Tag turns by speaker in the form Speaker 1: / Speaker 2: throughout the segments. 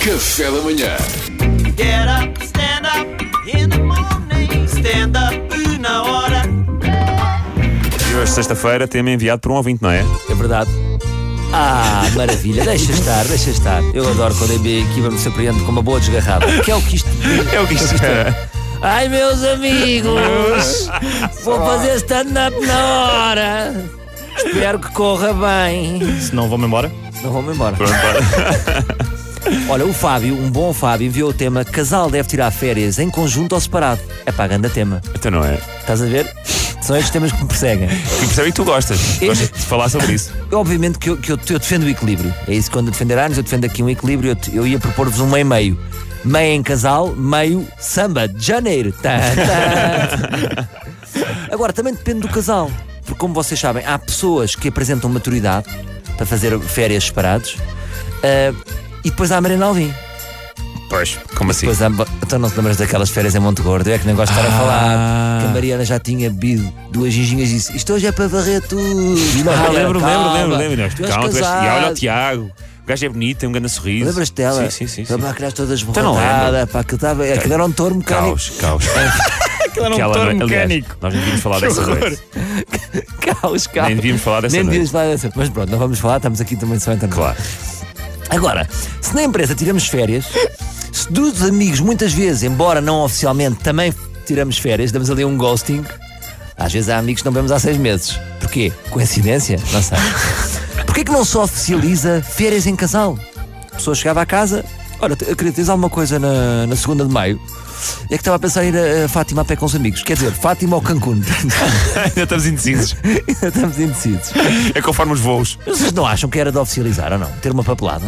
Speaker 1: Café da manhã.
Speaker 2: Get up, stand up in the morning. Stand up na hora.
Speaker 3: E hoje, sexta-feira, tema enviado por um ouvinte, não é?
Speaker 4: É verdade. Ah, maravilha. Deixa estar, deixa estar. Eu adoro quando a minha equipa me surpreende com uma boa desgarrada. Que é o que isto
Speaker 3: É o que isto é.
Speaker 4: Ai, meus amigos. Vou fazer stand-up na hora. Espero que corra bem.
Speaker 3: Se não, vou-me embora.
Speaker 4: Não vou-me embora.
Speaker 3: Pronto, pá.
Speaker 4: Olha, o Fábio, um bom Fábio, enviou o tema Casal deve tirar férias em conjunto ou separado. É pá, grande tema.
Speaker 3: Então não é.
Speaker 4: Estás a ver? São estes temas que me perseguem.
Speaker 3: Que percebem que tu gostas. Gostas de falar sobre isso.
Speaker 4: Obviamente que eu, que eu- eu defendo o equilíbrio. É isso, quando eu defender anos, eu defendo aqui um equilíbrio. Eu, te- eu ia propor-vos um meio-meio. Meio em casal, meio samba de janeiro. Tá, tá. Agora, também depende do casal. Porque, como vocês sabem, há pessoas que apresentam maturidade para fazer férias separados. Ah, e depois há a Mariana Alvim.
Speaker 3: Pois, como assim?
Speaker 4: Depois há, então não te lembras daquelas férias em Monte Gordo? Eu é que nem gosto de estar
Speaker 3: Ah.
Speaker 4: a falar. Que a Mariana já tinha bebido duas ginginhas e disse: Isto hoje é para varrer tudo.
Speaker 3: Ah,
Speaker 4: Mariana,
Speaker 3: lembro, lembro, lembro,
Speaker 4: calma,
Speaker 3: lembro.
Speaker 4: tu és
Speaker 3: Calma, tu és.
Speaker 4: casado.
Speaker 3: E olha o Tiago. O gajo é bonito, tem um grande sorriso.
Speaker 4: Lembras dela?
Speaker 3: Sim, sim, sim.
Speaker 4: Para
Speaker 3: sim.
Speaker 4: máquinas todas
Speaker 3: não
Speaker 4: borradas, para que estava. Aquilo era um touro mecânico.
Speaker 3: Caos, caos. Aquilo era um
Speaker 5: motor
Speaker 3: mecânico. Nós nem devíamos falar dessa noite.
Speaker 4: Caos, caos.
Speaker 3: Nem devíamos falar dessa
Speaker 4: Nem
Speaker 3: noite.
Speaker 4: devíamos falar dessa. Mas pronto, não vamos falar, estamos aqui também só então.
Speaker 3: Claro.
Speaker 4: Agora, se na empresa tiramos férias, se dos amigos muitas vezes, embora não oficialmente, também tiramos férias, damos ali um ghosting, às vezes há amigos que não vemos há seis meses. Porquê? Coincidência? Não sei. Porquê que não se oficializa férias em casal? A pessoa chegava à casa, olha, eu queria dizer alguma coisa na, na segunda de maio. É que estava a pensar em ir a, a Fátima a pé com os amigos. Quer dizer, Fátima ou Cancún.
Speaker 3: Ainda estamos indecisos.
Speaker 4: Ainda Estamos indecisos.
Speaker 3: É conforme os voos.
Speaker 4: Vocês não acham que era de oficializar ou não? Ter uma papelada?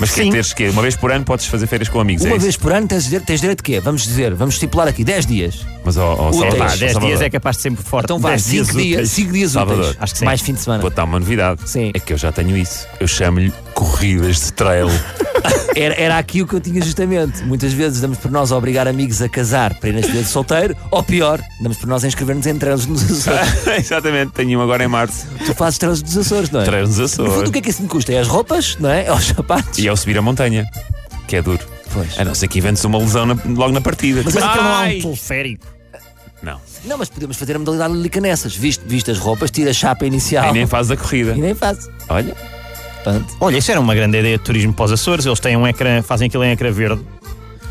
Speaker 3: Mas quer teres que Uma vez por ano podes fazer férias com amigos,
Speaker 4: Uma
Speaker 3: é isso?
Speaker 4: vez por ano tens direito, tens direito de quê? Vamos dizer, vamos estipular aqui 10 dias.
Speaker 3: Mas ó, ó,
Speaker 4: Úteis.
Speaker 3: Salvador,
Speaker 5: Pá, 10
Speaker 3: Salvador,
Speaker 5: dias é capaz de sempre forte.
Speaker 4: Então vá,
Speaker 5: 10
Speaker 4: 5 dias,
Speaker 5: úteis.
Speaker 4: cinco dias úteis.
Speaker 3: Salvador,
Speaker 5: acho que sim.
Speaker 4: Mais fim de semana.
Speaker 3: Vou dar uma novidade.
Speaker 4: Sim.
Speaker 3: É que eu já tenho isso. Eu chamo-lhe corridas de trail.
Speaker 4: Era, era aqui o que eu tinha justamente. Muitas vezes damos por nós a obrigar amigos a casar para ir na despedida de solteiro, ou pior, damos por nós a inscrever-nos em trails nos Açores.
Speaker 3: Exatamente, tenho um agora em março.
Speaker 4: tu fazes trails dos Açores, não é?
Speaker 3: Trail nos
Speaker 4: No fundo,
Speaker 3: Açores.
Speaker 4: o que é que isso me custa? É as roupas, não é? É os sapatos.
Speaker 3: E é o subir a montanha, que é duro.
Speaker 4: Pois.
Speaker 3: A não ser que inventes uma lesão na- logo na partida.
Speaker 4: Mas aquilo não há um
Speaker 5: Ai,
Speaker 4: pulo.
Speaker 5: teleférico.
Speaker 3: Não.
Speaker 4: Não, mas podemos fazer a modalidade de licanessas. Viste, viste as roupas, tira a chapa inicial.
Speaker 3: E nem fazes a corrida.
Speaker 4: E nem faço.
Speaker 3: Olha,
Speaker 4: Pronto.
Speaker 5: Olha, isso era uma grande ideia de turismo para os Açores. Eles têm um ecrã, fazem aquilo em ecrã verde.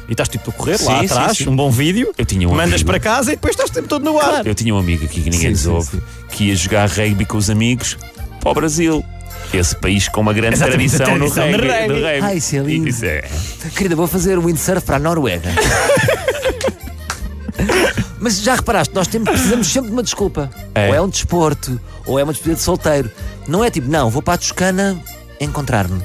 Speaker 5: E estás tipo a correr
Speaker 3: Sim,
Speaker 5: lá
Speaker 3: sim,
Speaker 5: atrás,
Speaker 3: sim.
Speaker 5: um bom vídeo.
Speaker 3: Eu tinha um
Speaker 5: Mandas
Speaker 3: amigo.
Speaker 5: para casa e depois estás o tempo todo no ar.
Speaker 3: eu tinha um amigo aqui que ninguém
Speaker 4: Sim,
Speaker 3: nos
Speaker 4: sim,
Speaker 3: ouve, que ia jogar rugby com os amigos para o Brasil. Esse país com uma grande
Speaker 5: Exatamente,
Speaker 3: tradição, no
Speaker 5: tradição
Speaker 3: rugby.
Speaker 5: de
Speaker 3: de
Speaker 5: rugby.
Speaker 3: rugby.
Speaker 4: Ah, isso é lindo.
Speaker 3: Isso é.
Speaker 4: Querida, vou fazer um windsurf para a Noruega. Mas já reparaste, nós temos, precisamos sempre de uma desculpa.
Speaker 3: É.
Speaker 4: Ou é um desporto, ou é uma despedida de solteiro. Não é tipo, não, vou para a Toscana encontrar-me.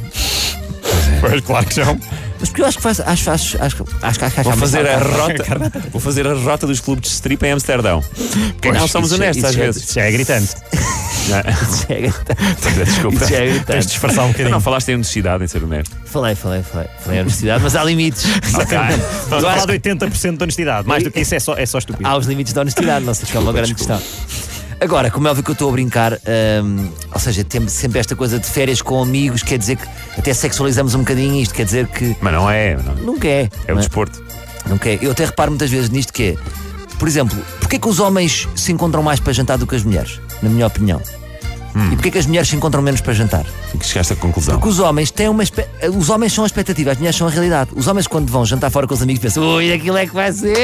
Speaker 5: Pois, claro que não.
Speaker 4: Mas porque eu acho que faz. Acho, acho, acho, acho, acho, acho,
Speaker 3: Vou fazer a rota. Vou fazer a rota dos clubes de strip em Amsterdão. Porque
Speaker 4: Pois,
Speaker 3: não somos
Speaker 4: isso é-
Speaker 3: honestos
Speaker 4: isso
Speaker 3: às
Speaker 4: é-
Speaker 3: vezes.
Speaker 5: Isso já é gritante.
Speaker 4: Chega.
Speaker 3: Desculpa.
Speaker 4: Isso já é
Speaker 5: Tens
Speaker 4: irritante.
Speaker 5: de disfarçar um
Speaker 3: Tu
Speaker 5: bocadinho.
Speaker 3: não falaste em honestidade, em ser honesto.
Speaker 4: Falei, falei, falei. Falei à universidade, mas há limites.
Speaker 5: Estás a falar de 80% de honestidade. Mais do que isso é só, é só estúpido.
Speaker 4: Há os limites da honestidade, não sei, que é uma grande questão. Agora, como é óbvio que eu estou a brincar, hum, ou seja, temos sempre esta coisa de férias com amigos, quer dizer que até sexualizamos um bocadinho isto, quer dizer que
Speaker 3: Mas não é, não.
Speaker 4: nunca é.
Speaker 3: é o
Speaker 4: não
Speaker 3: desporto.
Speaker 4: Nunca é. Eu até reparo muitas vezes nisto que é, por exemplo, porquê que os homens se encontram mais para jantar do que as mulheres, na minha opinião?
Speaker 3: Hum.
Speaker 4: E porquê que as mulheres se encontram menos para jantar?
Speaker 3: Em que chegaste à conclusão.
Speaker 4: Porque os homens têm uma espe- Os homens são a expectativa, as mulheres são a realidade. Os homens, quando vão jantar fora com os amigos, pensam: ui, aquilo é que vai ser!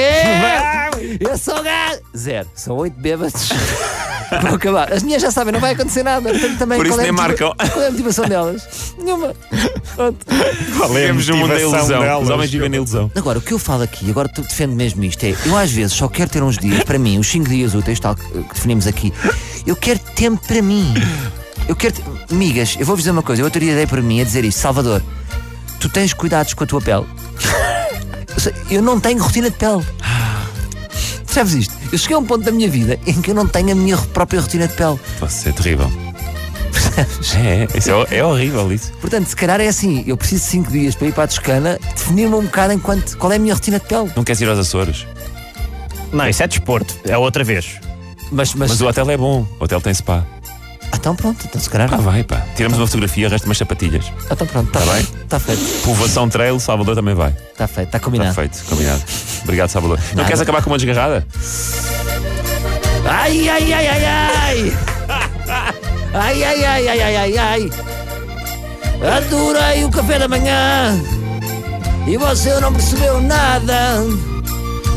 Speaker 4: Eu sou gajo! Zero. São oito bêbados. Vão acabar. As mulheres já sabem, não vai acontecer nada. Portanto, também,
Speaker 3: Por isso
Speaker 4: qual é
Speaker 3: nem
Speaker 4: a motiva-
Speaker 3: marcam.
Speaker 4: Qual é a motivação delas? Nenhuma. Pronto.
Speaker 5: Qual é a
Speaker 3: Vivemos num mundo da
Speaker 5: motivação
Speaker 3: ilusão.
Speaker 5: delas?
Speaker 3: Os homens vivem na ilusão.
Speaker 4: Agora, o que eu falo aqui, agora tu defendo mesmo isto, é eu às vezes só quero ter uns dias, para mim, os 5 dias úteis, tal que que definimos aqui, eu quero tempo para mim. Eu quero. te- Migas, eu vou-vos dizer uma coisa, eu outro dia dei para mim a dizer isto, Salvador, tu tens cuidados com a tua pele. Eu sei, Eu não tenho rotina de pele. Sabes isto? Eu cheguei a um ponto da minha vida em que eu não tenho a minha própria rotina de pele.
Speaker 3: Isso é terrível. É, isso é, é horrível isso.
Speaker 4: Portanto, se calhar é assim, eu preciso de 5 dias para ir para a Toscana, definir-me um bocado enquanto qual é a minha rotina de pele.
Speaker 3: Não queres ir aos Açores.
Speaker 5: Não, isso é desporto. É outra vez.
Speaker 4: Mas, mas,
Speaker 3: Mas o hotel é bom. O hotel tem spa.
Speaker 4: Ah, então pronto, então se calhar.
Speaker 3: Pá, vai, pá. Tiramos uma fotografia, arrasta umas sapatilhas.
Speaker 4: Ah, então pronto, está
Speaker 3: Tá
Speaker 4: feito. Está feito,
Speaker 3: Povoação Trail, Salvador também vai.
Speaker 4: está feito, está
Speaker 3: Está
Speaker 4: combinado.
Speaker 3: feito, combinado. Obrigado, Salvador. Não queres acabar com uma desgarrada?
Speaker 4: Ai, ai, ai, ai, ai! Ai, ai, ai, ai, ai, ai, ai! Adorei o café da manhã! E você não percebeu nada!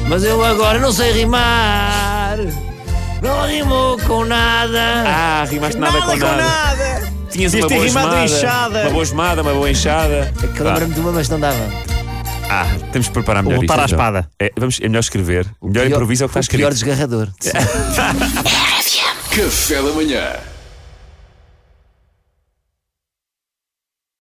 Speaker 4: Mas eu agora não sei rimar! Não rimou com nada!
Speaker 3: Ah, rimaste nada, com, nada. Tinhas uma
Speaker 5: Devias ter
Speaker 3: boa
Speaker 5: rimado
Speaker 3: gemada,
Speaker 5: enxada.
Speaker 3: Uma boa esmada, uma boa enxada.
Speaker 4: É que eu lembro-me de uma, mas não dava.
Speaker 3: Ah, temos de preparar melhor
Speaker 5: Ou
Speaker 3: isto.
Speaker 5: para a
Speaker 3: então.
Speaker 5: espada.
Speaker 3: É, vamos, é melhor é escrever. O melhor improviso tá é o que está
Speaker 4: pior
Speaker 3: escrito.
Speaker 4: desgarrador.
Speaker 1: Café da manhã.